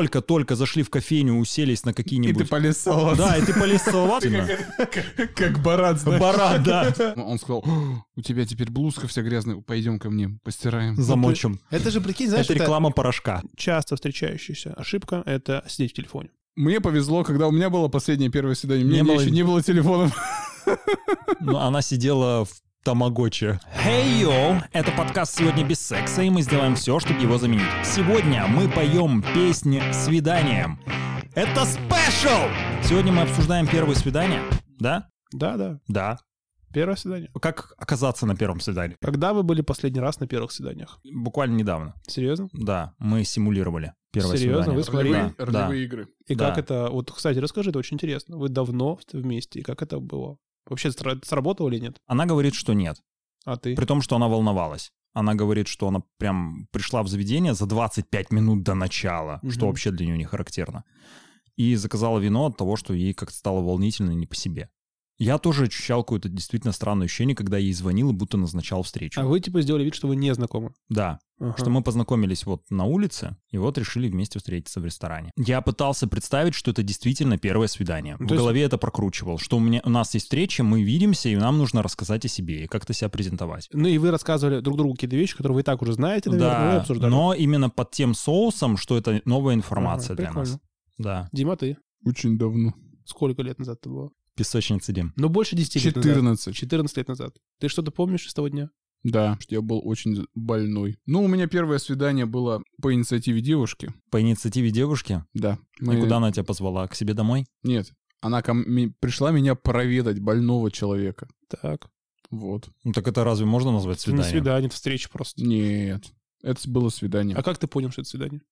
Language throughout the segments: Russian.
только-только зашли в кофейню, уселись на И ты какие-нибудь... полез салат. Да, и ты полез целоваться. Как, как барат, знаешь. Барат, да. Он сказал, «О, у тебя теперь блузка вся грязная, пойдем ко мне, постираем. Замочим. Это же, прикинь, знаешь, Это это реклама порошка. часто встречающаяся ошибка — это сидеть в телефоне. Мне повезло, когда у меня было последнее первое свидание, у Не меня не- было- еще не было телефонов. Ну, она сидела в Тамагочи. Hey, yo! Это подкаст «Сегодня без секса», и мы сделаем все, чтобы его заменить. Сегодня мы поем песни свиданием. Это спешл! Сегодня мы обсуждаем первое свидание, да? Да-да, Да. первое свидание. Как оказаться на первом свидании? Когда вы были последний раз на первых свиданиях? Буквально недавно. Серьезно? Да, мы симулировали первое Серьезно? свидание. Вы смотрели? Да, да. игры. И Да. как это... Вот, кстати, расскажи, это очень интересно. Вы давно вместе, и как это было? Вообще стра- сработало или нет? Она говорит, что нет. А ты? При том, что она волновалась. Она говорит, что она прям пришла в заведение за 25 минут до начала, Мгм. что вообще для нее не характерно. И заказала вино от того, что ей как-то стало волнительно и не по себе. Я тоже ощущал какое-то действительно странное ощущение, когда я ей звонил и будто назначал встречу. А вы, типа, сделали вид, что вы не знакомы. Да, Ага. что мы познакомились вот на улице, и вот решили вместе встретиться в ресторане. Я пытался представить, что это действительно первое свидание. Ну, в то есть- голове это прокручивал, что у, меня, у нас есть встреча, мы видимся, и нам нужно рассказать о себе и как-то себя презентовать. Ну и вы рассказывали друг другу какие-то вещи, которые вы и так уже знаете, наверное, вы Да, обсуждали. но именно под тем соусом, что это новая Ага, информация для нас. прикольно. Да, Дима, ты? Очень давно. Сколько лет назад это было? песочница Дим. Ну, больше 10 лет назад. 14. 14 лет назад. Ты что-то помнишь из того дня? Да, что я был очень больной. Ну, у меня первое свидание было по инициативе девушки. По инициативе девушки, Да. и куда она тебя позвала? К себе домой? Нет. Она ко мне- пришла меня проведать, больного человека. Так. Вот. Ну так это разве можно назвать Это Ну, не свиданием? свидание, это встреча просто. Ну, Нет. Это с- было свидание. А как ты понял, что это свидание?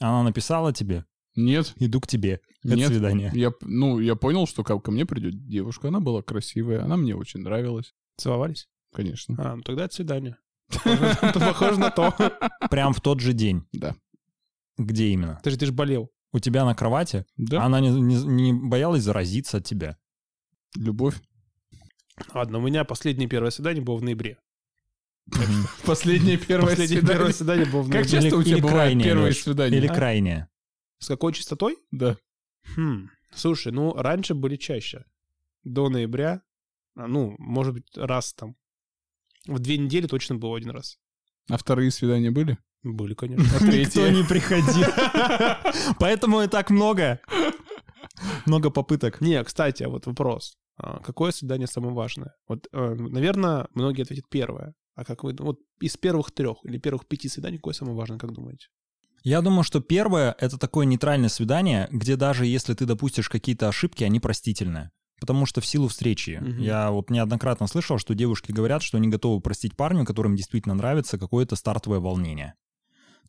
Она написала тебе, Нет. иду к тебе, это Нет. свидание. Я, п- ну, я понял, что ко, ко мне придет девушка. Она была красивая, она мне очень нравилась, Целовались? конечно. А, ну тогда это свидание. Это похоже на то. Прям в тот же день. Да. Где именно? Ты же, ты же болел. У тебя на кровати? Да, Она не, не- не боялась заразиться от тебя. а любовь. Ладно, у меня последнее первое свидание было в ноябре. Последнее первое Последнее первое свидание было в Как ноябре. часто у Или- тебя или бывает крайнее, первое Лёш. свидание? Или А? крайняя. С какой частотой? Да. Хм. Слушай, ну раньше были чаще. До ноября, а, ну, может быть, раз там. В две недели точно было один раз. А вторые свидания были? Были, конечно. А Никто третье? не приходил. Поэтому и так много. Много попыток. Не, кстати, а вот вопрос. А, Какое свидание самое важное? Вот, э, наверное, многие ответят первое. А как вы, вот из первых трех или первых пяти свиданий, какое самое важное, как думаете? Я думаю, что первое — это такое нейтральное свидание, где даже если ты допустишь какие-то ошибки, они простительные. Потому что в силу встречи. Мгм. Я вот неоднократно слышал, что девушки говорят, что они готовы простить парню, которым действительно нравится какое-то стартовое волнение.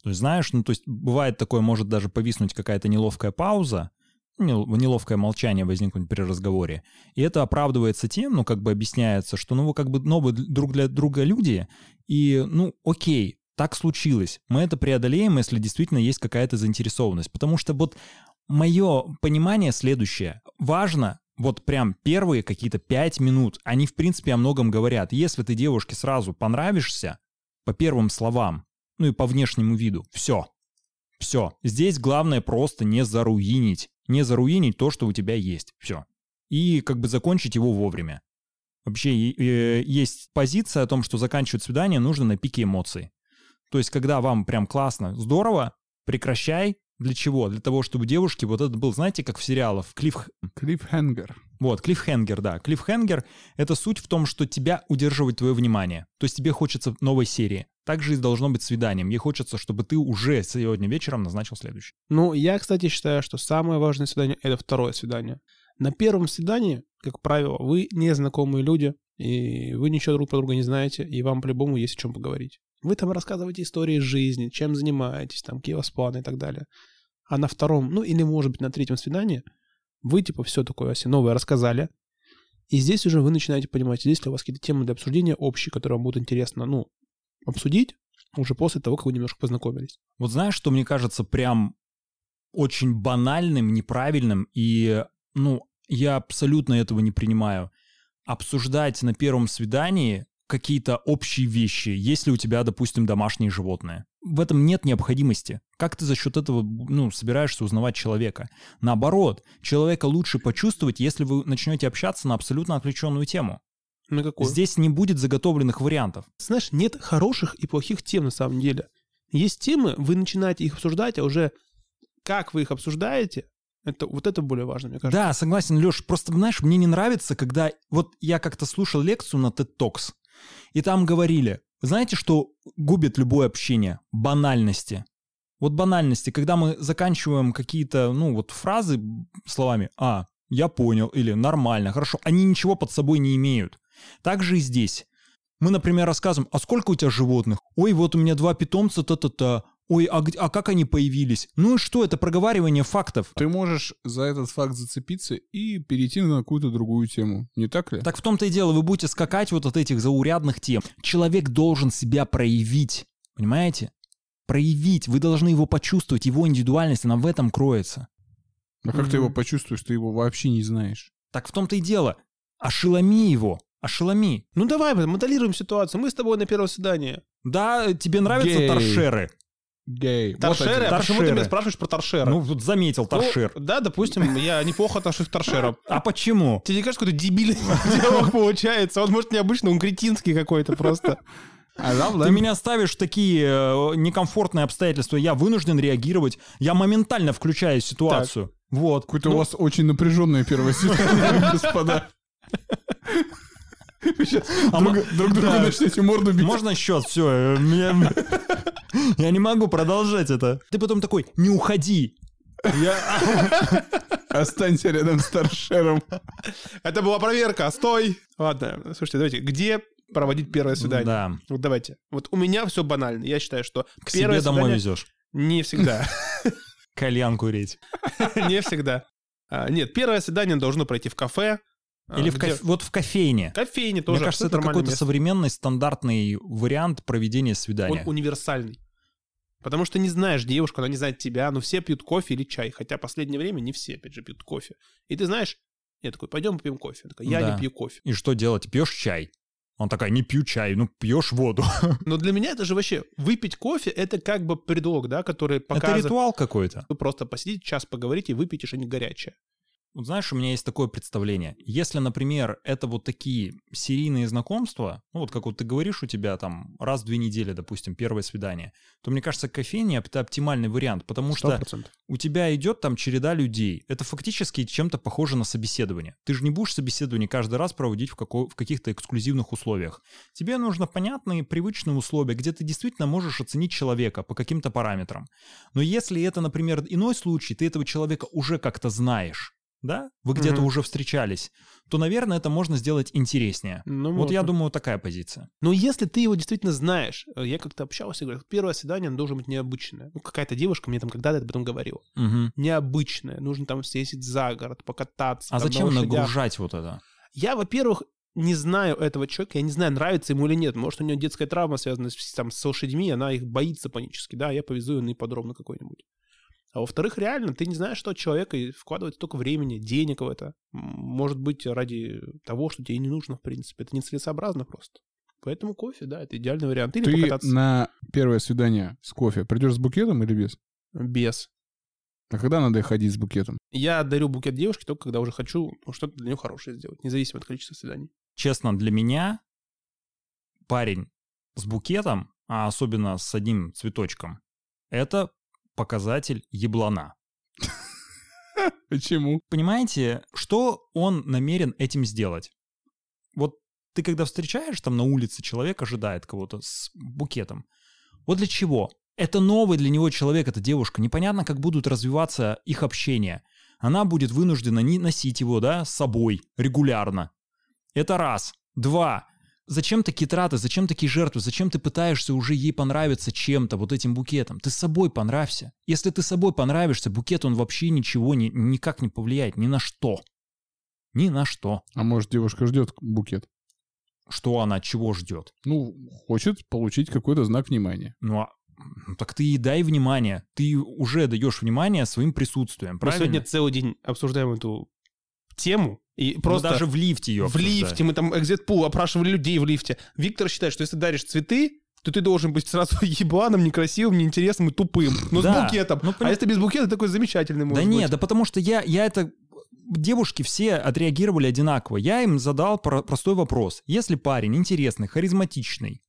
То есть, знаешь, ну то есть бывает такое, может даже повиснуть какая-то неловкая пауза, нел- неловкое молчание возникнуть при разговоре. И это оправдывается тем, ну как бы объясняется, что ну вы как бы новые друг для друга люди, и, ну, окей, так случилось. Мы это преодолеем, если действительно есть какая-то заинтересованность. Потому что вот мое понимание следующее. Важно вот прям первые какие-то пять минут. Они, в принципе, о многом говорят. Если ты девушке сразу понравишься, по первым словам, ну и по внешнему виду, все. Все. Здесь главное просто не заруинить. Не заруинить то, что у тебя есть. Все. И как бы закончить его вовремя. Вообще и- э, есть позиция о том, что заканчивать свидание нужно на пике эмоций. То есть, когда вам прям классно, здорово, прекращай. Для чего? Для того, чтобы девушки, вот это был, знаете, как в сериалах, в клифф... Клиффхенгер. Вот, клиффхенгер, да. Клиффхенгер — это суть в том, что тебя удерживает твое внимание. То есть тебе хочется новой серии. Так же и должно быть с свиданием. Ей хочется, чтобы ты уже сегодня вечером назначил следующий. Ну, я, кстати, считаю, что самое важное свидание — это второе свидание. На первом свидании, как правило, вы незнакомые люди, и вы ничего друг про друга не знаете, и вам по-любому есть о чем поговорить. Вы там рассказываете истории жизни, чем занимаетесь, там, какие у вас планы и так далее. А на втором, ну или, может быть, на третьем свидании вы, типа, все такое все новое рассказали, и здесь уже вы начинаете понимать, есть ли у вас какие-то темы для обсуждения общие, которые вам будут интересно, ну, обсудить уже после того, как вы немножко познакомились. Вот знаешь, что мне кажется прям очень банальным, неправильным, и, ну, я абсолютно этого не принимаю. Обсуждать на первом свидании какие-то общие вещи, если у тебя, допустим, домашние животные. В этом нет необходимости. Как ты за счет этого ну, собираешься узнавать человека? Наоборот, человека лучше почувствовать, если вы начнете общаться на абсолютно отвлеченную тему. На какую? Здесь не будет заготовленных вариантов. Знаешь, нет хороших и плохих тем на самом деле. Есть темы, вы начинаете их обсуждать, а уже как вы их обсуждаете, это, вот это более важно, мне кажется. Да, согласен, Леш. Просто, знаешь, мне не нравится, когда... Вот я как-то слушал лекцию на TED Talks, и там говорили, знаете, что губит любое общение? Банальности. Вот банальности, когда мы заканчиваем какие-то, ну, вот фразы словами «а», «я понял» или «нормально», «хорошо», они ничего под собой не имеют. Так же и здесь. Мы, например, рассказываем, а сколько у тебя животных? Ой, вот у меня два питомца, та-та-та. Ой, а, г- а как они появились? Ну и что, это проговаривание фактов. Ты можешь за этот факт зацепиться и перейти на какую-то другую тему, не так ли? Так в том-то и дело, вы будете скакать вот от этих заурядных тем. Человек должен себя проявить, понимаете? Проявить, вы должны его почувствовать, его индивидуальность, она в этом кроется. А как ты Мгм. его почувствуешь, ты его вообще не знаешь? Так в том-то и дело, ошеломи его, ошеломи. Ну давай, блин, моделируем ситуацию. Мы с тобой на первом свидании. Да, тебе нравятся Гей. торшеры? Гей. Вот Торшеры? один. а почему ты Торшеры. меня спрашиваешь про торшеры? Ну, вот заметил Ну, торшер. да, допустим, я неплохо отношусь к торшерам. А почему? Тебе не кажется, какой-то дебильный диалог получается? Он, может, необычный, он кретинский какой-то просто. А там, да, Ты меня ставишь в такие э, некомфортные обстоятельства, я вынужден реагировать, я моментально включаю ситуацию. Вот. Какое-то Ну, у вас очень напряженное первое свидание, господа. Вы сейчас А друг, мы- друг другу да. начнете морду бить. Можно счет? Все. Я не могу продолжать это. Ты потом такой, не уходи. Останься рядом с торшером. Это была проверка, А, стой! Ладно, слушайте, давайте, где проводить первое свидание? Да. Вот давайте. Вот у меня все банально. Я считаю, что К первое себе домой свидание везешь. не всегда. Кальян курить. Не всегда. А, Нет, первое свидание должно пройти в кафе. а, Или в где- кофе- вот в кофейне. кофейне тоже. Мне кажется, это абсолютно какой-то нормальное современный стандартный вариант проведения место. свидания. Он универсальный. Потому что не знаешь девушку, она не знает тебя, но все пьют кофе или чай. Хотя последнее время не все, опять же, пьют кофе. И ты знаешь, я такой, пойдем попьем кофе. Она такая, я Да. не пью кофе. И что делать? Пьешь чай. Он такая, не пью чай, ну пьешь воду. Но для меня это же вообще, выпить кофе, это как бы предлог, да, который Это показывает. ритуал какой-то. Вы просто посидите, час поговорите и выпейте что-нибудь горячее. Вот знаешь, у меня есть такое представление. Если, например, это вот такие серийные знакомства, ну вот как вот ты говоришь, у тебя там раз в две недели, допустим, первое свидание, то мне кажется, кофейня — это оптимальный вариант, потому что 100%. у тебя идет там череда людей. Это фактически чем-то похоже на собеседование. Ты же не будешь собеседование каждый раз проводить в, како- в каких-то эксклюзивных условиях. Тебе нужно понятные, привычные условия, где ты действительно можешь оценить человека по каким-то параметрам. Но если это, например, иной случай, ты этого человека уже как-то знаешь, да? Вы где-то Мгм. уже встречались, то, наверное, это можно сделать интереснее. Ну, Вот я можно. думаю, такая позиция. Но если ты его действительно знаешь, э, я как-то общался, говорю, первое свидание оно должно быть необычное. Ну, какая-то девушка мне там когда-то об этом говорила. Мгм. Необычное, нужно там съездить за город, покататься. А там на зачем лошадях. нагружать вот это? Я, во-первых, не знаю этого человека, я не знаю, нравится ему или нет. Может, у него детская травма связана с, там, с лошадьми, она их боится панически, да, я повезу ее на ипподром на какой-нибудь. А во-вторых, реально, ты не знаешь, что человек и вкладывает столько времени, денег в это. М, Может быть, ради того, что тебе не нужно, в принципе. Это нецелесообразно просто. Поэтому кофе, да, это идеальный вариант. Или Ты покататься на первое свидание с кофе придешь с букетом или без? без. А когда надо ходить с букетом? Я дарю букет девушке только когда уже хочу ну, что-то для нее хорошее сделать, независимо от количества свиданий. честно, для меня парень с букетом, а особенно с одним цветочком, это показатель еблана. Почему? Понимаете, что он намерен этим сделать? Вот ты когда встречаешь там на улице, человек ожидает кого-то с букетом. Вот для чего? Это новый для него человек, эта девушка. Непонятно, как будут развиваться их общения. Она будет вынуждена не носить его, да, с собой регулярно. Это раз. Два. Зачем такие траты, зачем такие жертвы, зачем ты пытаешься уже ей понравиться чем-то, вот этим букетом? Ты собой понравься. Если ты собой понравишься, букет, он вообще ничего не, никак не повлияет, ни на что. Ни на что. А может, девушка ждет букет? Что она, чего ждет? Ну, хочет получить какой-то знак внимания. Ну, а, ну так ты и дай внимание. Ты уже даешь внимание своим присутствием, Мы правильно? сегодня целый день обсуждаем эту тему, и Ну, Мы просто... Ну, даже в лифте ее в лифте, мы там экзит-пул опрашивали людей в лифте. Виктор считает, что если даришь цветы, то ты должен быть сразу ебланом, некрасивым, неинтересным и тупым. Но Да. с букетом. Ну, А пони- если без букета, такой замечательный Да может нет, быть. да потому что я, я это... Девушки все отреагировали одинаково. Я им задал про- простой вопрос. Если парень интересный, харизматичный,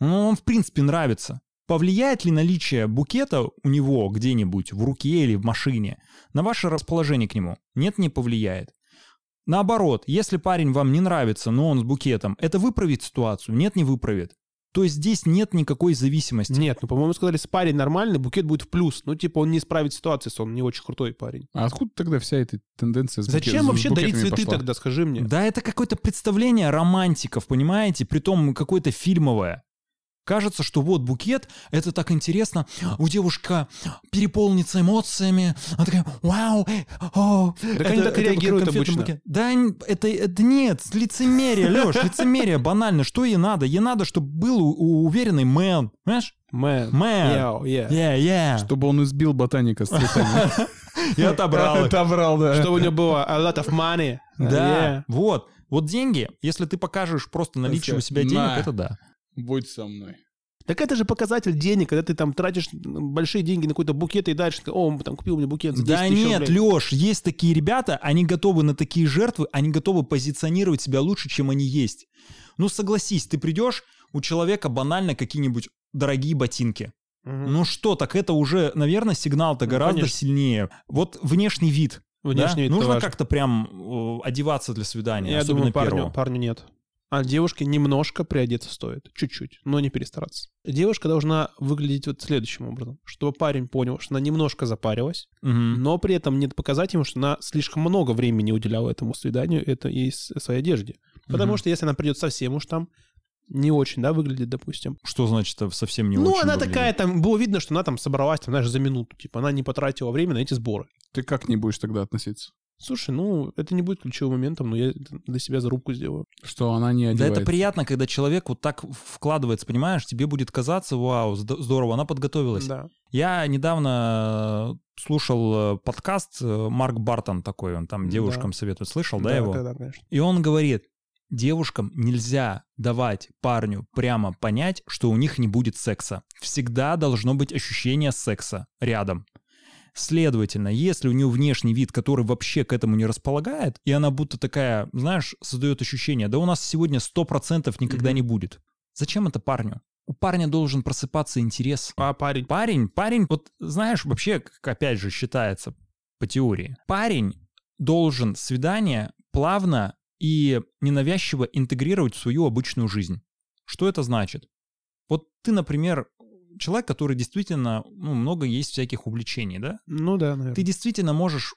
ну, он в принципе нравится, повлияет ли наличие букета у него где-нибудь в руке или в машине на ваше расположение к нему? Нет, не повлияет. Наоборот, если парень вам не нравится, но он с букетом, это выправит ситуацию? Нет, не выправит. То есть здесь нет никакой зависимости. Нет, ну, по-моему, сказали, с парень нормальный, букет будет в плюс. Ну, типа, он не исправит ситуацию, если он не очень крутой парень. А откуда тогда вся эта тенденция с букет- Зачем с вообще дарить букетами цветы пошла? тогда, скажи мне? Да, это какое-то представление романтиков, понимаете? Притом какое-то фильмовое. Кажется, что вот букет, это так интересно. У девушка переполнится эмоциями. Она такая, вау, о, Так они так и реагируют конфетный обычно. букет. Да, они- это, это нет, лицемерие, Леш, лицемерие банально. Что ей надо? Ей надо, чтобы был у- у- уверенный мэн. Понимаешь? Мэн. Мэн. Яу, я. Yeah, yeah. Чтобы он избил ботаника с цветами. И отобрал их. Отобрал, да. Чтобы у него было a lot of money. Да, вот. Вот деньги, если ты покажешь просто наличие у себя На. денег, это да. Будь со мной. Так это же показатель денег, когда ты там тратишь большие деньги на какой-то букет и дальше, ты, о, он там купил мне букет за 10 Да тысяч нет, рублей». Леш, есть такие ребята, они готовы на такие жертвы, они готовы позиционировать себя лучше, чем они есть. Ну согласись, ты придешь, у человека банально какие-нибудь дорогие ботинки. Мгм. Ну что, так это уже, наверное, сигнал-то Ну, гораздо конечно. сильнее. Вот внешний вид. да? Внешне это Нужно важно. как-то прям э, одеваться для свидания, Я особенно думаю, парню, первого. парню нет. А девушке немножко приодеться стоит, чуть-чуть, но не перестараться. Девушка должна выглядеть вот следующим образом, чтобы парень понял, что она немножко запарилась, Мгм. но при этом не показать ему, что она слишком много времени уделяла этому свиданию это и с- своей одежде. Потому Мгм. что если она придет совсем уж там не очень, да, выглядит, допустим. Что значит э, совсем не ну, очень она выглядит? такая, там было видно, что она там собралась, там, знаешь, за минуту. Типа, она не потратила время на эти сборы. Ты как не будешь тогда относиться? Слушай, ну, это не будет ключевым моментом, но я это для себя зарубку сделаю. Что она не Да одевает. это приятно, когда человек вот так вкладывается, понимаешь? Тебе будет казаться, вау, зд- здорово, она подготовилась. Да. Я недавно э, слушал э, подкаст э, Марк Бартон такой, он там Да. девушкам советует, слышал, да, да, его? да, да, конечно. И он говорит, девушкам нельзя давать парню прямо понять, что у них не будет секса. Всегда должно быть ощущение секса рядом. Следовательно, если у нее внешний вид, который вообще к этому не располагает, и она будто такая, знаешь, создает ощущение, да у нас сегодня 100% никогда Мгм. не будет. Зачем это парню? У парня должен просыпаться интерес. А парень Парень, парень, вот знаешь, вообще, как опять же считается по теории, парень должен свидание плавно и ненавязчиво интегрировать в свою обычную жизнь. Что это значит? Вот ты, например, человек, который действительно, ну, много есть всяких увлечений, да? Ну да, наверное. Ты действительно можешь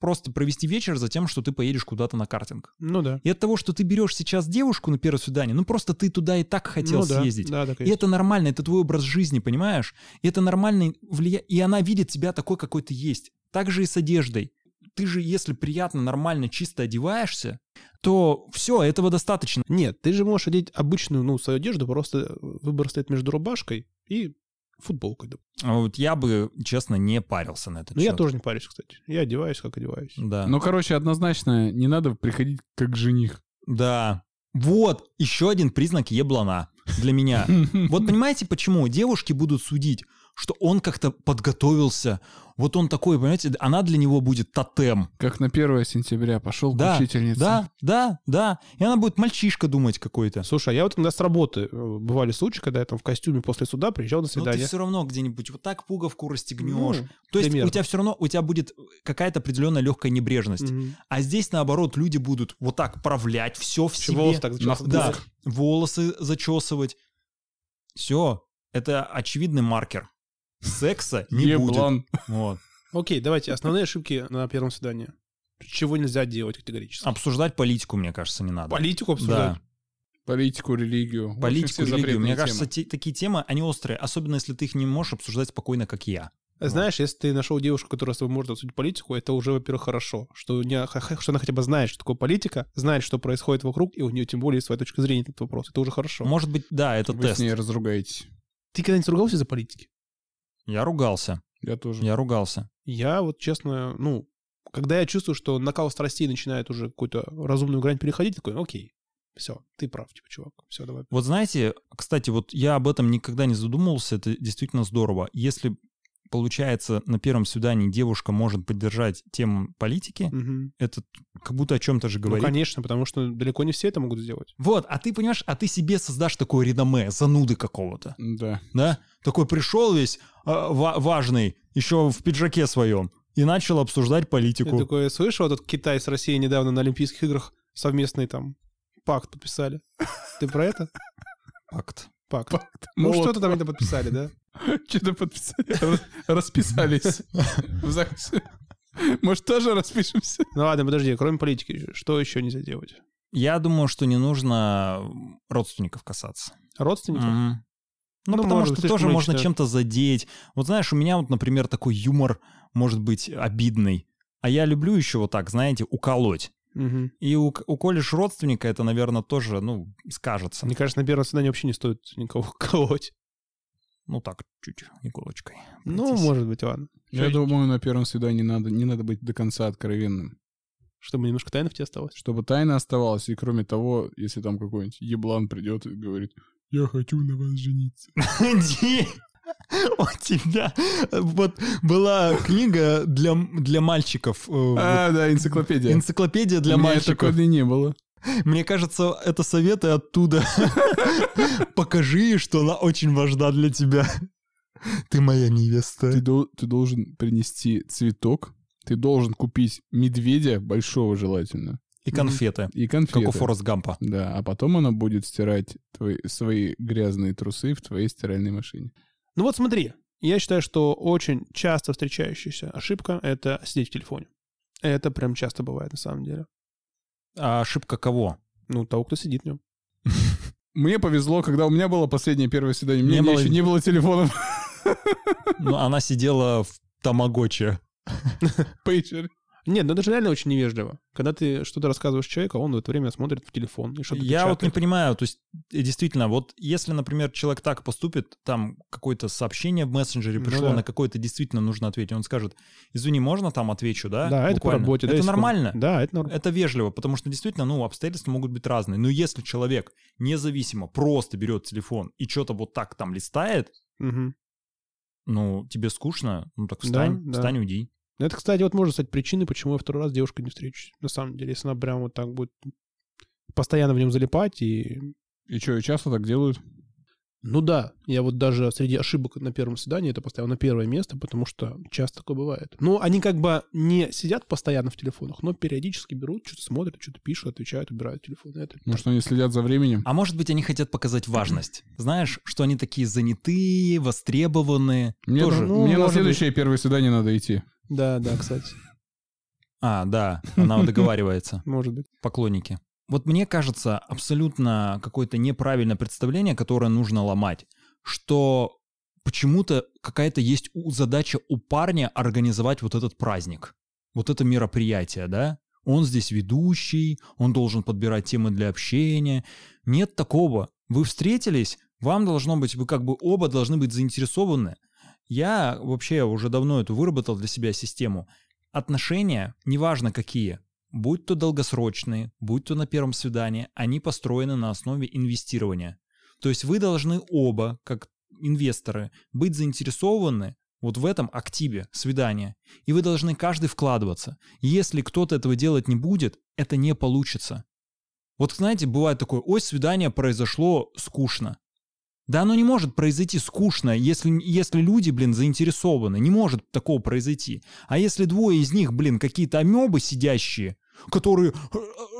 просто провести вечер за тем, что ты поедешь куда-то на картинг. Ну да. И от того, что ты берешь сейчас девушку на первое свидание, ну просто ты туда и так хотел Ну да, съездить. Да, так и И есть. это нормально, это твой образ жизни, понимаешь? И это нормально влияет, и она видит тебя такой, какой ты есть. Так же и с одеждой. Ты же, если приятно, нормально, чисто одеваешься, то все, этого достаточно. Нет, ты же можешь одеть обычную, ну, свою одежду, просто выбор стоит между рубашкой и футболкой. допустим. А Вот я бы, честно, не парился на этот Ну, я счёт. тоже не парюсь, кстати. Я одеваюсь, как одеваюсь. Да. Ну, короче, однозначно, не надо приходить как жених. Да. Вот, еще один признак еблана для меня. Вот понимаете, почему девушки будут судить, что он как-то подготовился, вот он такой, понимаете, она для него будет тотем. Как на 1 сентября пошел Да, к учительнице. Да, да, да. И она будет мальчишка думать какой-то. Слушай, а я вот иногда с работы э, бывали случаи, когда я там в костюме после суда приезжал Но Ну, на ты свидание. все равно где-нибудь вот так пуговку Ну, расстегнешь. То есть примерно. у тебя все равно у тебя будет э, какая-то определенная легкая небрежность. мгм. А здесь, наоборот, люди будут вот так правлять все в себе. волосы так зачесывать. Да, волосы зачесывать. Все. Это очевидный маркер. Секса не будет. Еблан. Вот. Окей, давайте. Основные ошибки на первом свидании. Чего нельзя делать категорически? Обсуждать политику, мне кажется, не надо. Политику обсуждать. Да. Политику, религию. Вообще Политику, все религию. запретные Мне темы. кажется, те- такие темы, они острые. Особенно, если ты их не можешь обсуждать спокойно, как я. Знаешь, если ты нашел девушку, которая с тобой может обсудить политику, это уже, во-первых, хорошо. Что, у нее, ха- ха- что она хотя бы знает, что такое политика, знает, что происходит вокруг, и у нее тем более есть своя точка зрения на этот вопрос. Это уже хорошо. Может быть, да, это Вы с тест. ней разругаетесь. Ты когда-нибудь ругался за политики? Я ругался. Я тоже. Я ругался. Я вот, честно, ну, когда я чувствую, что накал страстей начинает уже какую-то разумную грань переходить, такой, окей, Все, ты прав, типа, чувак. Все, давай. Вот знаете, кстати, вот я об этом никогда не задумывался, это действительно здорово. Если, получается, на первом свидании девушка может поддержать тему политики, Мгм. это как будто о чем-то же Ну, говорит. конечно, потому что далеко не все это могут сделать. вот, а ты понимаешь, а ты себе создашь такое реноме, зануды какого-то, Да. да? Такой пришел весь а, ва- важный, еще в пиджаке своем, и начал обсуждать Типа, Я политику. такое слышал, тут Китай с Россией недавно на Олимпийских играх совместный там пакт подписали. Ты про это? Факт. Пакт. Ну, Ну, что-то там это подписали, да? Что-то подписали, рас- расписались. В ЗАГСе. Может, тоже распишемся? Ну ладно, подожди, кроме политики, что еще нельзя делать? Я думаю, что не нужно родственников касаться. Родственников? Мгм. Ну, Ну, потому может, что слишком тоже можно лично. чем-то задеть. Вот знаешь, у меня вот, например, такой юмор может быть обидный. А я люблю еще вот так, знаете, уколоть. Мгм. И ук- уколешь родственника, это, наверное, тоже, ну, скажется. Мне кажется, на первом свидании вообще не стоит никого колоть. Ну так, чуть иголочкой. Ну, пройтись. может быть, ладно. Я думаю, на первом свидании надо, не надо быть до конца откровенным. Чтобы немножко тайны в тебе осталось. Чтобы тайна оставалась, и кроме того, если там какой-нибудь еблан придет и говорит, я хочу на вас жениться. Ди, У тебя э, вот была книга для, для мальчиков. э, вот, А, да, энциклопедия. Энциклопедия для У меня мальчиков. такой не было. Мне кажется, это советы оттуда. Покажи ей, что она очень важна для тебя. Ты моя Ты, невеста. дол- ты должен принести цветок, ты должен купить медведя, большого желательно, И конфеты. и Как конфеты. у Форест Гампа. Да, а потом она будет стирать твои, свои грязные трусы в твоей стиральной машине. Ну вот смотри, я считаю, что очень часто встречающаяся ошибка — это сидеть в телефоне. Это прям часто бывает, на самом деле. А ошибка кого? Ну, того, кто сидит в нем. Мне повезло, когда у меня было последнее первое свидание, Не мне было- еще не было телефонов. Ну, она сидела в тамагоче. Пейджер. Нет, ну это же реально очень невежливо. Когда ты что-то рассказываешь человеку, а он в это время смотрит в телефон и что-то Я вот не печатает. понимаю, то есть э, действительно, вот если, например, человек так поступит, там какое-то сообщение в мессенджере Ну пришло, да. на какое-то действительно нужно ответить, он скажет, извини, можно там отвечу, да? Да, это по Буквально. работе. да, Это если- нормально. Да, это нормально. Это вежливо, потому что действительно, ну, обстоятельства могут быть разные. Но если человек независимо просто берет телефон и что-то вот так там листает, Мгм. ну, тебе скучно, ну так встань, Да, да. встань, уйди. Ну, Это, кстати, вот может стать причиной, почему я второй раз с девушкой не встречусь. На самом деле, если она прям вот так будет постоянно в нем залипать и... И что, и часто так делают? Ну да, я вот даже среди ошибок на первом свидании это поставил на первое место, потому что часто такое бывает. Ну, они как бы не сидят постоянно в телефонах, но периодически берут, что-то смотрят, что-то пишут, отвечают, убирают телефон. Это Может, они следят за временем? А может быть, они хотят показать важность. Знаешь, что они такие занятые, востребованные. Мне, Тоже. на- Ну, мне на может следующее первое свидание надо идти. Да, да, кстати, А, да, она договаривается, может быть. поклонники. Вот мне кажется, абсолютно какое-то неправильное представление, которое нужно ломать, что почему-то какая-то есть у- задача у парня организовать вот этот праздник, вот это мероприятие, да? Он здесь ведущий, он должен подбирать темы для общения. Нет такого. Вы встретились, вам должно быть, вы как бы оба должны быть заинтересованы. Я вообще уже давно эту выработал для себя систему. Отношения, неважно какие, будь то долгосрочные, будь то на первом свидании, они построены на основе инвестирования. То есть вы должны оба, как инвесторы, быть заинтересованы вот в этом активе свидания. И вы должны каждый вкладываться. Если кто-то этого делать не будет, это не получится. Вот знаете, бывает такое, ой, свидание произошло скучно. Да оно не может произойти скучно, если, если люди, блин, заинтересованы. Не может такого произойти. А если двое из них, блин, какие-то амебы сидящие, которые э,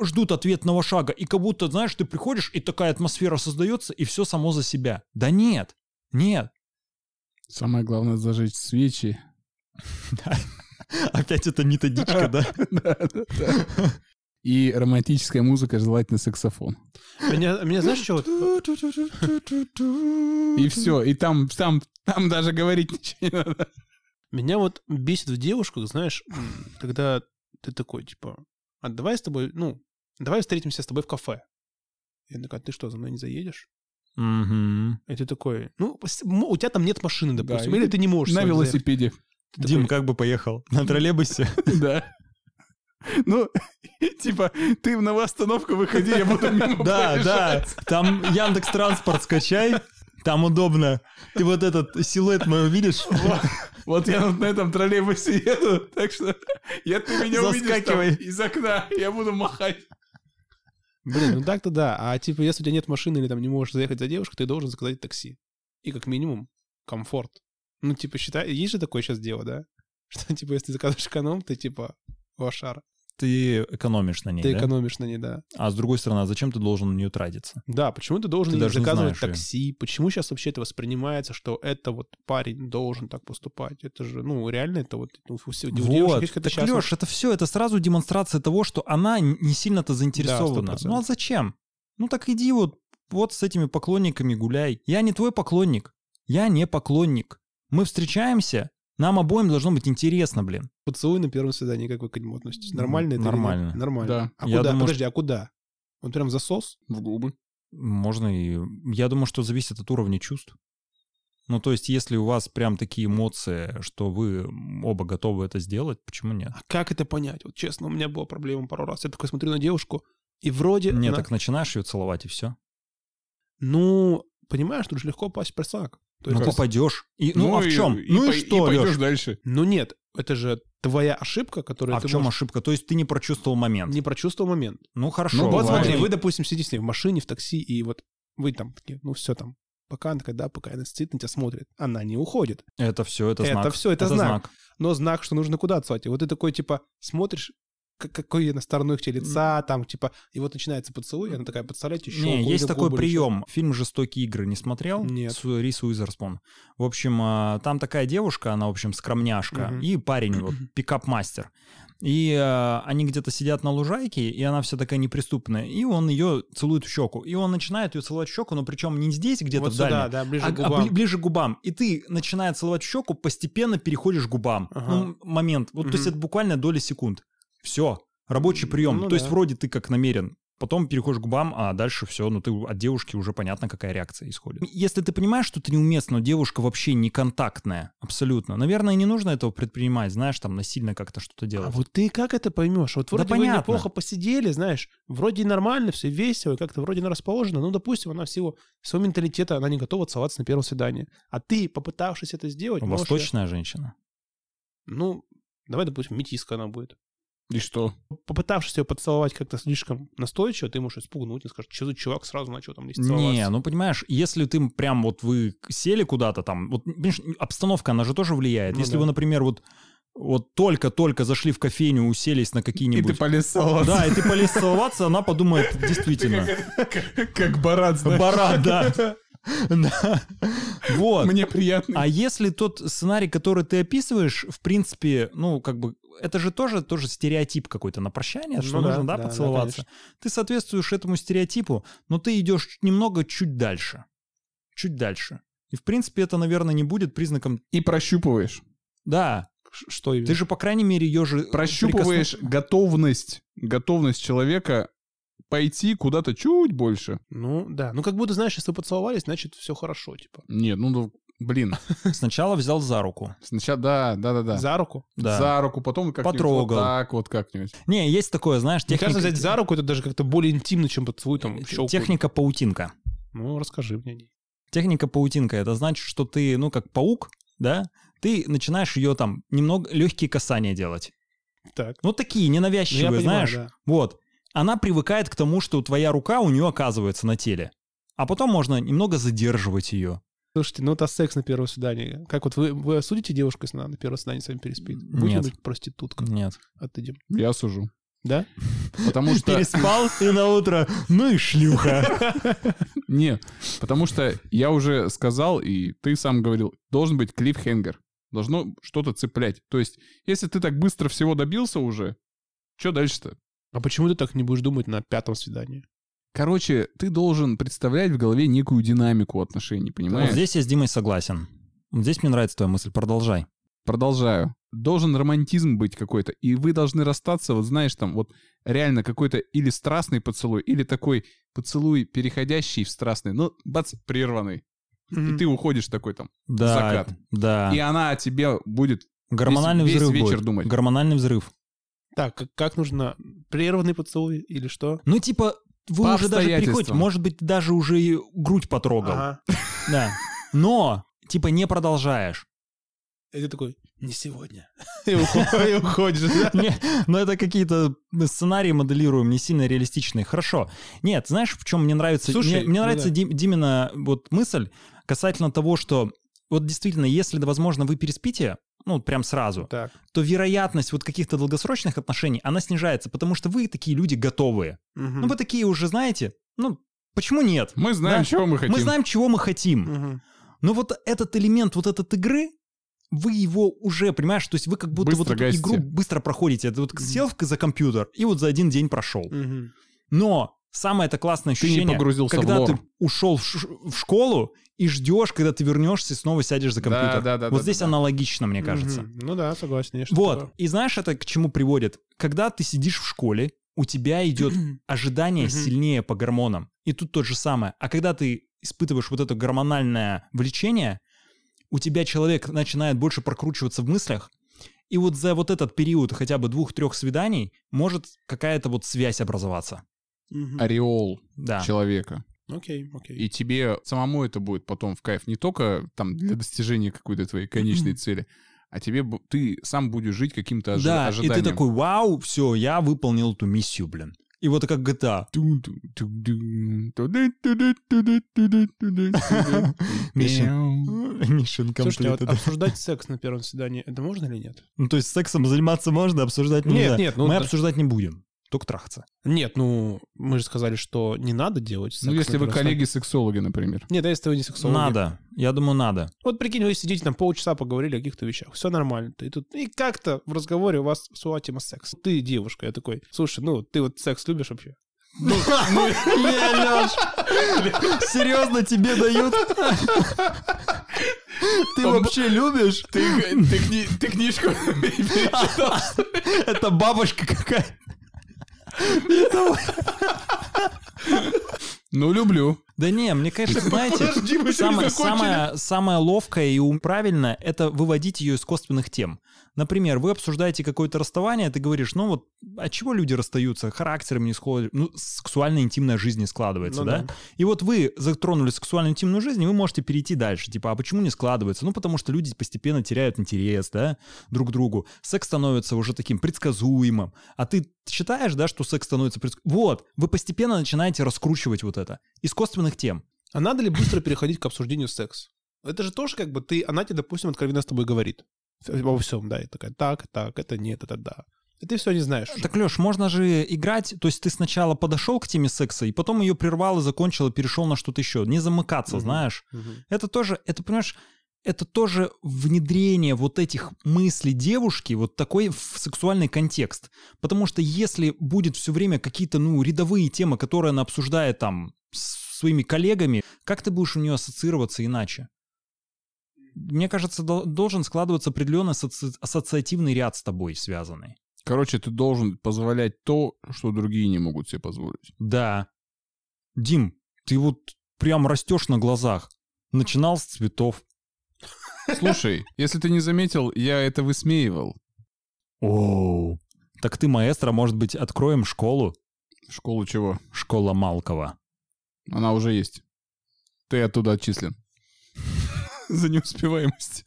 э, ждут ответного шага, и как будто, знаешь, ты приходишь, и такая атмосфера создается, и все само за себя. Да нет, нет. Самое главное — зажечь свечи. Опять это методичка, да? И романтическая музыка, желательно саксофон. Меня, меня знаешь, что вот... И все, и там, там, там даже говорить ничего не надо. Меня вот бесит в девушках, знаешь, м, когда ты такой, типа, а давай с тобой, ну, давай встретимся с тобой в кафе. Я такая, «А ты что, за мной не заедешь? Мгм. И ты такой, ну, с- м, у тебя там нет машины, Да, допустим, и или ты ты не можешь. На сегодня заехать. велосипеде. Ты Дим, такой, как бы поехал? На троллейбусе? Да. Ну, типа, ты на остановку выходи, я буду мимо Да, да, проезжать. там Яндекс Транспорт скачай, там удобно. Ты вот этот силуэт мой видишь? Вот я вот на этом троллейбусе еду, так что я ты меня увидишь там Заскакивай. из окна, я буду махать. Блин, ну так-то да. А типа, если у тебя нет машины или там не можешь заехать за девушкой, ты должен заказать такси. И как минимум комфорт. Ну, типа, считай, есть же такое сейчас дело, да? Что, типа, если ты заказываешь эконом, ты, типа, лошара. Ты экономишь на ней, Ты да? экономишь на ней, да. А с другой стороны, а зачем ты должен на нее тратиться? Да, почему ты должен Ты ей даже не заказывать знаешь её. такси? Почему сейчас вообще это воспринимается, что это вот парень должен так поступать? Это же, ну, реально это вот у, у, у девушек вот, есть какая-то так, сейчас... Лёш, это все, это сразу демонстрация того, что она н- не сильно-то заинтересована. 100%. ну а зачем? Ну так иди вот, вот с этими поклонниками гуляй. Я не твой поклонник, я не поклонник. Мы встречаемся, нам обоим должно быть интересно, блин. Поцелуй на первом свидании, как вы к нему относитесь? М, Нормально это или нет? нормально. Нормально. Да. А Я куда? думаю, Подожди, а куда? Вот прям засос? В губы. Можно и... Я думаю, что зависит от уровня чувств. Ну, то есть, если у вас прям такие эмоции, что вы оба готовы это сделать, почему нет? А как это понять? Вот честно, у меня была проблема пару раз. Я такой смотрю на девушку, и вроде... Не, она- так начинаешь ее целовать, и все. Ну, понимаешь, тут же легко пасть в персак. То Ну, есть- ты пойдешь. И, ну, а в и- чем? ну и пой- что, и пойдешь Лёш? дальше. Ну нет, это же твоя ошибка, которую А в ты чем можешь- ошибка? То есть ты не прочувствовал момент. не прочувствовал момент. Ну хорошо. Ну, Вот ладно. смотри, вы, допустим, сидите с ней в машине, в такси, и вот вы там такие, ну все там. Пока она такая, да, пока она сидит на тебя смотрит. Она не уходит. Это все, это, Это знак. всё, это знак. Но знак, что нужно куда отсвать. И вот ты такой, типа, смотришь, как- какой она стороной к тебе лица, там, типа, и вот начинается поцелуй, и она такая подставляет еще. Не, есть такой прием. Фильм «Жестокие игры» не смотрел? Нет. С Рис Уизерспун. В общем, а, там такая девушка, она, в общем, скромняшка, Мгм. и парень, вот, пикап-мастер. И а, они где-то сидят на лужайке, и она вся такая неприступная, и он ее целует в щеку. И он начинает ее целовать в щеку, но причем не здесь, где-то Вот в сюда, дальнем, да, ближе а- к а губам. бли- ближе к губам. И ты, начиная целовать в щеку, постепенно переходишь к губам. Ага. Ну, момент. Вот, то есть Мгм. это буквально доли секунд. Все. Рабочий прием. Ну то да. есть вроде ты как намерен, потом переходишь к губам, а дальше все, ну ты от девушки уже понятно, какая реакция исходит. Если ты понимаешь, что ты неуместно, но девушка вообще не контактная, абсолютно. Наверное, не нужно этого предпринимать, знаешь, там насильно как-то что-то А делать. вот ты как это поймешь? Вот Да вроде вы понятно. неплохо посидели, знаешь, вроде и нормально, все весело, и как-то вроде она расположена. Ну, допустим, она всего своего менталитета, она не готова целоваться на первом свидании. А ты, попытавшись это сделать, можешь её- Восточная женщина. ну, давай, допустим, метиска она будет. И что? Попытавшись ее поцеловать как-то слишком настойчиво, ты можешь испугнуть и скажешь, что за чувак сразу начал там лезть целоваться. Не, ну понимаешь, если ты прям вот вы сели куда-то там, вот понимаешь, обстановка, она же тоже влияет. Ну если да. вы, например, вот вот только-только зашли в кофейню, уселись на И ты какие-нибудь... полез целоваться. Да, и ты полез целоваться, она подумает, Ты действительно, как, как- как барат, знаешь. баран, да. Да. Вот. Мне приятно. А если тот сценарий, который ты описываешь, в принципе, ну, как бы, это же тоже, тоже стереотип какой-то на прощание, что Ну да, нужно, да, да, да, поцеловаться. ты соответствуешь этому стереотипу, но ты идешь немного чуть дальше. Чуть дальше. И, в принципе, это, наверное, не будет признаком... И прощупываешь. Да, Ш- Что именно? ты же, по крайней мере, ее же... э, Прощупываешь прикосно- готовность, готовность человека пойти куда-то чуть больше. Ну, да. Ну, как будто, знаешь, если вы поцеловались, значит, все хорошо, типа. Нет, ну, ну, блин. Сначала взял за руку. Сначала, да, да, да, да. За руку. Да. За руку, потом как-нибудь Потрогал. вот так вот как-нибудь. Не, есть такое, знаешь, Мне техника... Э, кажется, взять за руку, это даже как-то более интимно, чем поцелуй там в щёлку. Техника паутинка. Ну, расскажи мне о ней. Техника паутинка это значит, что ты, ну, как паук, да, ты начинаешь ее там немного легкие касания делать. Так. Ну, такие Ну, я ненавязчивые, понимаю, знаешь. да. Вот. Она привыкает к тому, что твоя рука у нее оказывается на теле. А потом можно немного задерживать ее. Слушайте, ну это секс на первом свидании. Как вот вы, вы осудите девушку, если она на первом свидании с вами переспит? Будет Нет. ли быть проститутка? Нет. А ты, Дим? Я сужу. Да? Потому что... Переспал и на утро. Ну и шлюха. Не, потому что я уже сказал, и ты сам говорил, должен быть клиффхенгер. Должно что-то цеплять. То есть, если ты так быстро всего добился уже, что дальше-то? А почему ты так не будешь думать на пятом свидании? Короче, ты должен представлять в голове некую динамику отношений, Вот понимаешь? здесь я с Димой согласен. Вот Здесь мне нравится твоя мысль. Продолжай. Продолжаю. Должен романтизм быть какой-то. И вы должны расстаться, вот знаешь, там вот реально какой-то или страстный поцелуй, или такой поцелуй, переходящий в страстный, ну, бац, прерванный. М-м. И ты уходишь такой там. Да. Закат. Да. И она о тебе будет Гормональный весь- весь взрыв вечер будет. думать. Гормональный взрыв. Так, как, как нужно? Прерванный поцелуй или что? Ну, типа, вы По уже даже переходите, обстоятельствам. может быть, даже уже и грудь потрогал. Ага. Да. Но, типа, не продолжаешь. И ты такой, не сегодня. И ухо- и уходишь. да? Не, ну это какие-то сценарии моделируем, не сильно реалистичные. Хорошо. Нет, знаешь, в чем мне нравится? Слушай, мне, мне ну нравится да. Дим- Димина вот мысль касательно того, что вот действительно, если, да, возможно, вы переспите, ну, прям сразу, Так. то вероятность вот каких-то долгосрочных отношений, она снижается, потому что вы такие люди готовые. Мгм. Ну, вы такие уже, знаете, ну, почему нет? Мы знаем, Да. чего мы хотим. Мы знаем, чего мы хотим. Мгм. Но вот этот элемент вот этот игры, вы его уже, понимаешь, то есть вы как будто Быстро вот эту гасите. игру быстро проходите. Это вот Мгм. сел в- за компьютер и вот за один день прошел. Мгм. Но самое это классное Ты не ощущение, погрузился в когда лор. ты ушел в, ш- в школу и ждешь, когда ты вернешься и снова сядешь за Да, компьютер. да, да, вот да, здесь да. аналогично, мне кажется. Мгм. Ну да, согласен. есть что-то Вот. такое. И знаешь, это к чему приводит? Когда ты сидишь в школе, у тебя идет ожидание Мгм. сильнее по гормонам. И тут то же самое. А когда ты испытываешь вот это гормональное влечение, у тебя человек начинает больше прокручиваться в мыслях, и вот за вот этот период хотя бы двух-трех свиданий может какая-то вот связь образоваться. Мгм. Ореол Да. человека. Окей, окей. И тебе самому это будет потом в кайф не только там для достижения какой-то твоей конечной М-м. цели, а тебе бу- ты сам будешь жить каким-то ожи- да, и ты ожиданием. такой, вау, все, я выполнил эту миссию, блин. И вот как GTA. Ту-ду-ду-дун, ту-ду-ду-ду-ду-ду-ду-ду-ду. Мяу. Mission Слушайте, а вот completed. обсуждать секс на первом свидании, это можно или нет? Ну, то есть сексом заниматься можно, обсуждать Нет, нельзя. нет, ну Мы да. обсуждать не будем. Только трахаться. Нет, ну, мы же сказали, что не надо делать секс Ну, если на вы первом свидании. коллеги-сексологи, например. Нет, а если вы не сексолог. Надо. Я думаю, надо. Вот прикинь, вы сидите там полчаса поговорили о каких-то вещах, все нормально. И тут и как-то в разговоре у вас всплыла тема секс. Ты девушка, я такой, слушай, ну ты вот секс любишь вообще? Серьезно, тебе дают? Ты вообще любишь? Ты книжку Это бабочка какая. Ну, люблю. Да не, мне, конечно, знаете, Подожди, мы еще не самое, закончили. самое, самое ловкое и ум- правильное — это выводить ее из косвенных тем. Например, вы обсуждаете какое-то расставание, ты говоришь, ну вот, от чего люди расстаются, характером не сходят, ну, сексуальная интимная жизнь не складывается, Ну да? да. И вот вы затронули сексуальную интимную жизнь, и вы можете перейти дальше. Типа, а почему не складывается? Ну, потому что люди постепенно теряют интерес, да, друг к другу. Секс становится уже таким предсказуемым. А ты считаешь, да, что секс становится предсказуемым? Вот, вы постепенно начинаете раскручивать вот это. Из косвенных тем. А надо ли быстро переходить к обсуждению секс? Это же тоже как бы ты, она тебе, допустим, откровенно с тобой говорит. Во всем, да, и такая, так, так, это нет, это да. И ты все не знаешь. уже. Так, Леш, можно же играть, то есть ты сначала подошел к теме секса, и потом ее прервал и закончил, и перешел на что-то еще. Не замыкаться, Мгм. знаешь. Мгм. Это тоже, это, понимаешь, это тоже внедрение вот этих мыслей девушки вот такой в сексуальный контекст. Потому что если будет все время какие-то, ну, рядовые темы, которые она обсуждает там с своими коллегами, как ты будешь у нее ассоциироваться иначе? Мне кажется, дол- должен складываться определенный асоци- ассоциативный ряд с тобой связанный. Короче, ты должен позволять то, что другие не могут себе позволить. Да. Дим, ты вот прям растешь на глазах. Начинал с цветов. Слушай, если ты не заметил, я это высмеивал. Оу. Так ты, маэстро, может быть, откроем школу? Школу чего? Школа Малкова. Она уже есть. Ты оттуда отчислен. За неуспеваемость.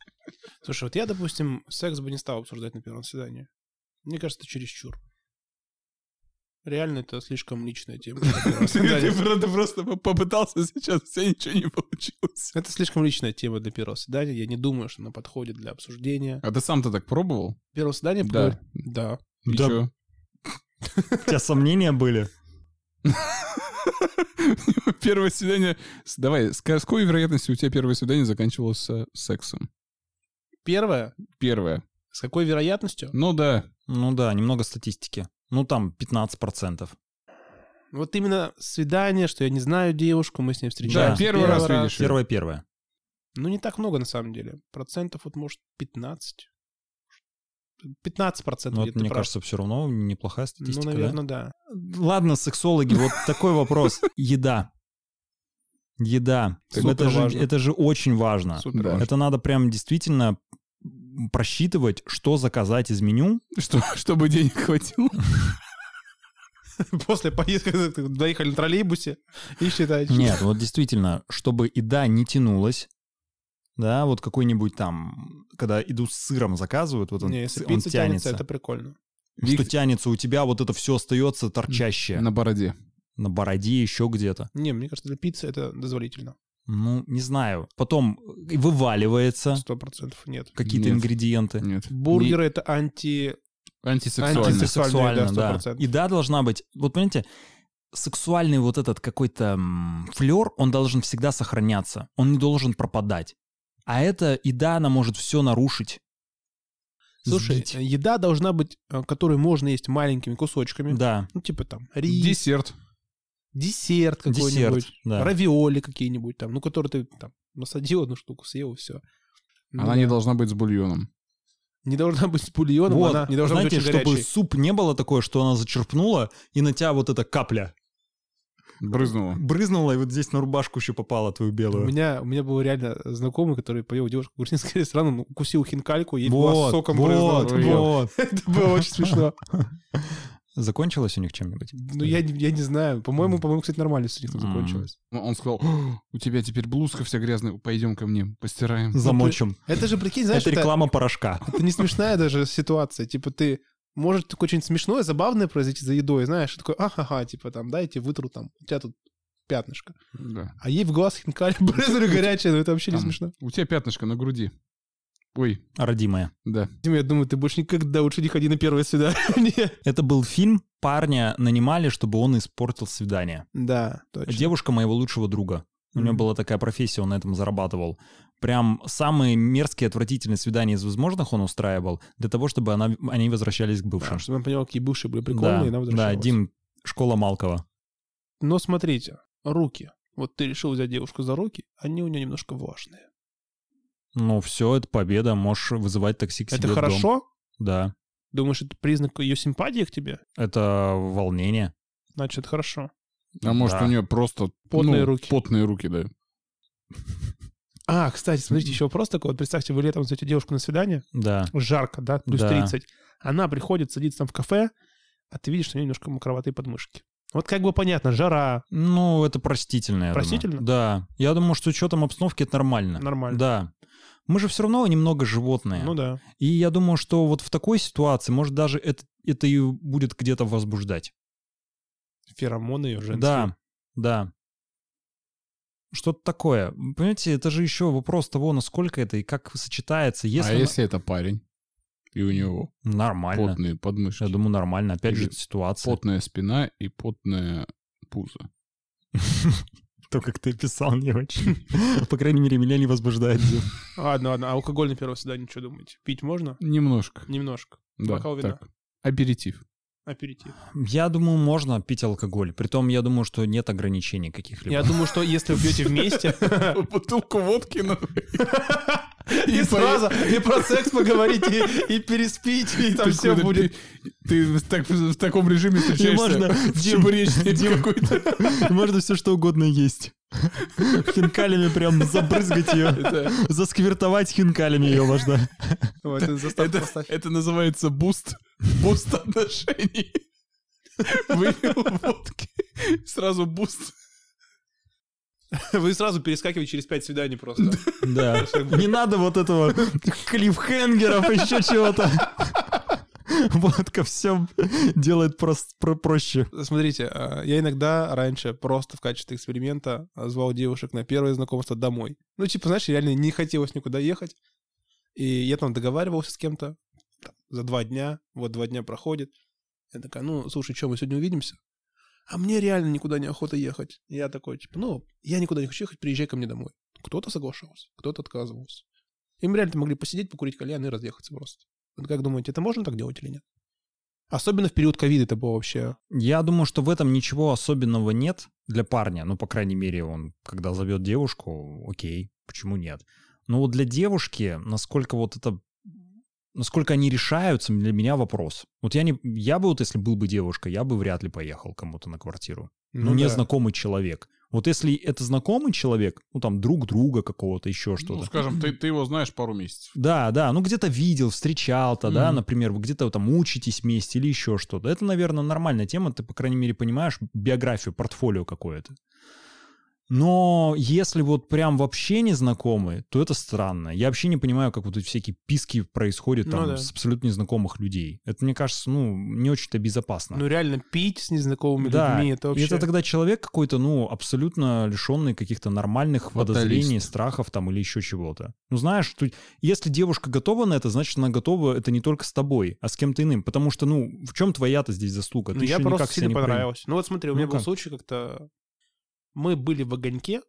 Слушай, вот я, допустим, секс бы не стал обсуждать на первом свидании. Мне кажется, это чересчур. Реально, это слишком личная тема. для первого свидания. просто попытался сейчас, все ничего не получилось. Это слишком личная тема для первого свидания. Я не думаю, что она подходит для обсуждения. А ты сам-то так пробовал? Первое свидание? Да. поговор- Да. И Да. чё? У тебя сомнения были? Первое свидание... с- Давай, с какой вероятностью у тебя первое свидание заканчивалось со- сексом? Первое? Первое. С какой вероятностью? Ну да. Ну да, немного статистики. Ну там 15%. Вот именно свидание, что я не знаю девушку, мы с ней Да, встречаемся. первый раз видишь. её. Первое-первое. Ну, не так много, на самом деле. Процентов, вот, может, 15. 15 процентов, Но это, Ну, мне кажется, все равно неплохая Ну, статистика. да? наверное, да. Ладно, сексологи, вот такой вопрос. Еда. Еда. Супер Это же, важно. это же очень важно. Супер Да. важно. Это надо прям действительно просчитывать, что заказать из меню, Что, чтобы денег хватило. После поездки доехали на троллейбусе и считаете. Нет, вот действительно, чтобы еда не тянулась, да, вот какой-нибудь там, когда иду с сыром заказывают, вот он, Не, если ц- он пицца тянется, тянется. это прикольно. Что тянется у тебя, вот это все остается торчащее. На, На бороде. бороде, еще где-то. Не, мне кажется, для пиццы это дозволительно. Ну, не знаю. Потом э, и вываливается Сто процентов нет. какие-то Нет. ингредиенты. Нет. Бургеры это Не- анти... Антисексуально. Антисекс- Сексуальные, Сексуально, да, да. 100%. Еда должна быть, вот понимаете, сексуальный вот этот какой-то м, флер, он должен всегда сохраняться, он не должен пропадать. А эта еда, она может все нарушить. Слушай, Сбить. еда должна быть, э, которую можно есть маленькими кусочками. да, Ну, типа там рис, Десерт. десерт, десерт какой-нибудь, да. равиоли какие-нибудь там, ну, которые ты там насадил одну штуку, съел и все. Она не должна быть с бульоном. не должна быть с бульоном, Вот, она не должна знаете, быть очень чтобы горячей. суп не было такое, что она зачерпнула, и на тебя вот эта капля Брызнула. брызнула, и вот здесь на рубашку еще попала твою У белую. меня, у меня был реально знакомый, который поел девушку в грузинский ресторан, он укусил ну, хинкальку, ей глаз вот, соком брызнуло. вот, Это было- вот. Это было очень смешно. Закончилось у них чем-нибудь? Ну, я, не- я не знаю. По-моему, по-моему, кстати, нормально с них М. закончилось. Он он сказал, «О, у тебя теперь блузка вся грязная, пойдем ко мне, постираем. Замочим. Это же, прикинь, знаешь, Это это, реклама порошка. это не смешная даже ситуация. Типа ты может такое что-нибудь смешное, забавное произойти за едой, знаешь, и такой, ахаха, типа там, дайте вытру там, у тебя тут пятнышко. Да. А ей в глаз хинкали брызнули горячее, ну это вообще не Там, смешно. У тебя пятнышко на груди. Ой, Родимая. да. Дима, я думаю, ты больше никогда лучше не ходи на первое свидание. Это был фильм, парня нанимали, чтобы он испортил свидание. Да, точно. Девушка моего лучшего друга. У него Мгм. была такая профессия, он на этом зарабатывал. Прям самые мерзкие, отвратительные свидания из возможных он устраивал, для того, чтобы она, они возвращались к бывшим. Да, чтобы она поняла, какие бывшие были прикольные, и она да, возвращалась. Дим, школа Малкова. Но смотрите, руки. Вот ты решил взять девушку за руки, они у нее немножко влажные. Ну все, это победа, можешь вызывать такси к себе Это в дом. хорошо? Да, Думаешь, это признак ее симпатии к тебе? это волнение. Значит, это хорошо. А может Да. у нее просто Потные ну, руки. Потные руки, да. А, кстати, смотрите, еще вопрос такой. Вот представьте, вы летом зовете девушку на свидание, ну, Да, жарко, да, плюс Да. 30. Она приходит, садится там в кафе, а ты видишь, что у нее немножко мокроватые подмышки. Вот как бы понятно, жара, ну это простительно. я думаю. Простительно? Да, я думаю, что с учетом обстановки это нормально. Нормально. Да. Мы же все равно немного животные. ну да. И я думаю, что вот в такой ситуации, может, даже это, это и будет где-то возбуждать. Феромоны ее женские. Да, да. Что-то такое. Понимаете, это же еще вопрос того, насколько это и как сочетается. Если, а она- если это парень, и у него Нормально. потные подмышки, Я думаю, нормально. Опять же, Или это ситуация. потная спина и потное пузо. То, как ты писал, не очень. По крайней мере, меня не возбуждает. Ладно, ладно. А алкоголь на первое свидание, что думаете? Пить можно? Немножко. Немножко. Да, Бокал вина. так. Аперитив. Аперитив. Я думаю, можно пить алкоголь. Притом, я думаю, что нет ограничений каких-либо. Я думаю, что если вы пьете вместе, Бутылку водки на и И сразу, и про секс поговорите, и переспите, и там Ты все куда будет. пи- Ты в, так- в таком режиме встречаешься можно, в Дим, чебуречной Дим. какой-то. Можно все что угодно есть. Хинкалями прям забрызгать ее. Это, Засквертовать хинкалями ее можно. Вот, это заставка это- поставь. это называется буст. Буст отношений. Выпил водки. Сразу буст. Вы сразу перескакиваете через пять свиданий просто. Да. Не надо вот этого клиффхенгеров, еще чего-то. Водка все делает просто про- проще. Смотрите, а, я иногда раньше просто в качестве эксперимента а, звал девушек на первое знакомство домой. Ну, типа, знаешь, реально не хотелось никуда ехать. И я там договаривался с кем-то там, за два дня. Вот два дня проходит. Я такая, ну, слушай, что, мы сегодня увидимся? А мне реально никуда не охота ехать. Я такой, типа, ну, я никуда не хочу ехать, приезжай ко мне домой. Кто-то соглашался, кто-то отказывался. Им реально могли посидеть, покурить кальян и разъехаться просто. Вот как думаете, это можно так делать или нет? Особенно в период ковида это было вообще Я думаю, что в этом ничего особенного нет для парня. Ну, по крайней мере, он, когда зовет девушку, окей, почему нет? Но вот для девушки, насколько вот это насколько они решаются, для меня вопрос. Вот я не, я бы вот, если был бы девушка, я бы вряд ли поехал кому-то на квартиру. Ну, да. незнакомый человек. Вот если это знакомый человек, ну там друг друга какого-то, еще Ну, что-то. скажем, ты, ты его знаешь пару месяцев. Да, да, ну где-то видел, встречал-то, да, Мгм. например, вы где-то там учитесь вместе или еще что-то. Это, наверное, нормальная тема, ты, по крайней мере, понимаешь биографию, портфолио какое-то. Но если вот прям вообще не знакомы, то это странно. Я вообще не понимаю, как вот эти всякие писки происходят там Ну да. с абсолютно незнакомых людей. Это, мне кажется, ну, не очень-то безопасно. Ну, реально, пить с незнакомыми Да, людьми, И это вообще... это тогда человек какой-то, ну, абсолютно лишенный каких-то нормальных подозрений, Фаталист. страхов там или еще чего-то. Ну, знаешь, тут, если девушка готова на это, значит, она готова это не только с тобой, а с кем-то иным. Потому что, ну, в чем твоя-то здесь заслуга? Ну, Ты я еще просто никак себя сильно не проявил. понравилась. Ну, вот смотри, у меня Ну, был как? случай как-то... Мы были в огоньке,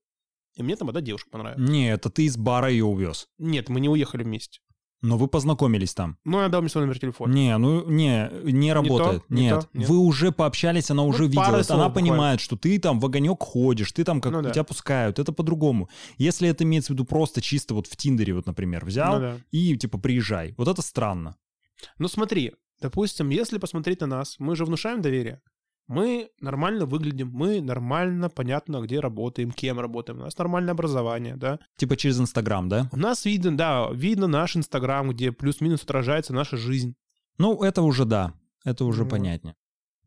и мне там одна девушка понравилась. Не, это ты из бара ее увез. Нет, мы не уехали вместе. Но вы познакомились там. Ну, она дала мне свой номер телефона. Не, ну не, не работает. не нет. то, нет. Ну, Вы уже пообщались, она уже видела. пара это, слов она буквально. понимает, что ты там в огонек ходишь, ты там как Ну да. тебя пускают. Это по-другому. Если это имеется в виду просто чисто вот в Тиндере, вот, например, взял Ну, да. и типа приезжай. Вот это странно. Ну смотри, допустим, если посмотреть на нас, мы же внушаем доверие. Мы нормально выглядим, мы нормально понятно, где работаем, кем работаем. У нас нормальное образование, да. Типа через Инстаграм, да? У нас видно, да, видно наш Инстаграм, где плюс-минус отражается наша жизнь. Ну, это уже да. Это уже Ну. понятнее.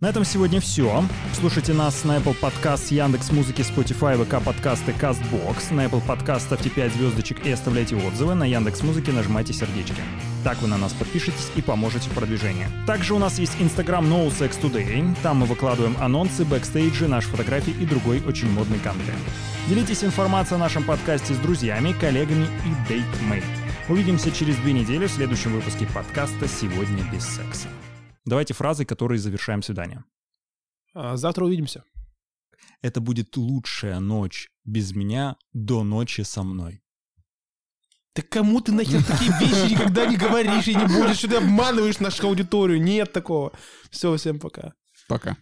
На этом сегодня все. Слушайте нас на Apple Podcast, Яндекс Музыки, Spotify, ВК подкасты, Castbox. На Apple Podcast ставьте 5 звездочек и оставляйте отзывы. На Яндекс Музыке нажимайте сердечки. Так вы на нас подпишетесь и поможете в продвижении. Также у нас есть Instagram NoSexToday. Там мы выкладываем анонсы, бэкстейджи, наши фотографии и другой очень модный контент. Делитесь информацией о нашем подкасте с друзьями, коллегами и дейтмейт. Увидимся через две недели в следующем выпуске подкаста «Сегодня без секса». Давайте фразы, которые завершаем свидание. А завтра увидимся. Это будет лучшая ночь без меня до ночи со мной. Да кому ты нахер такие вещи никогда не говоришь и не будешь, что ты обманываешь нашу аудиторию? Нет такого. Все, всем пока. Пока.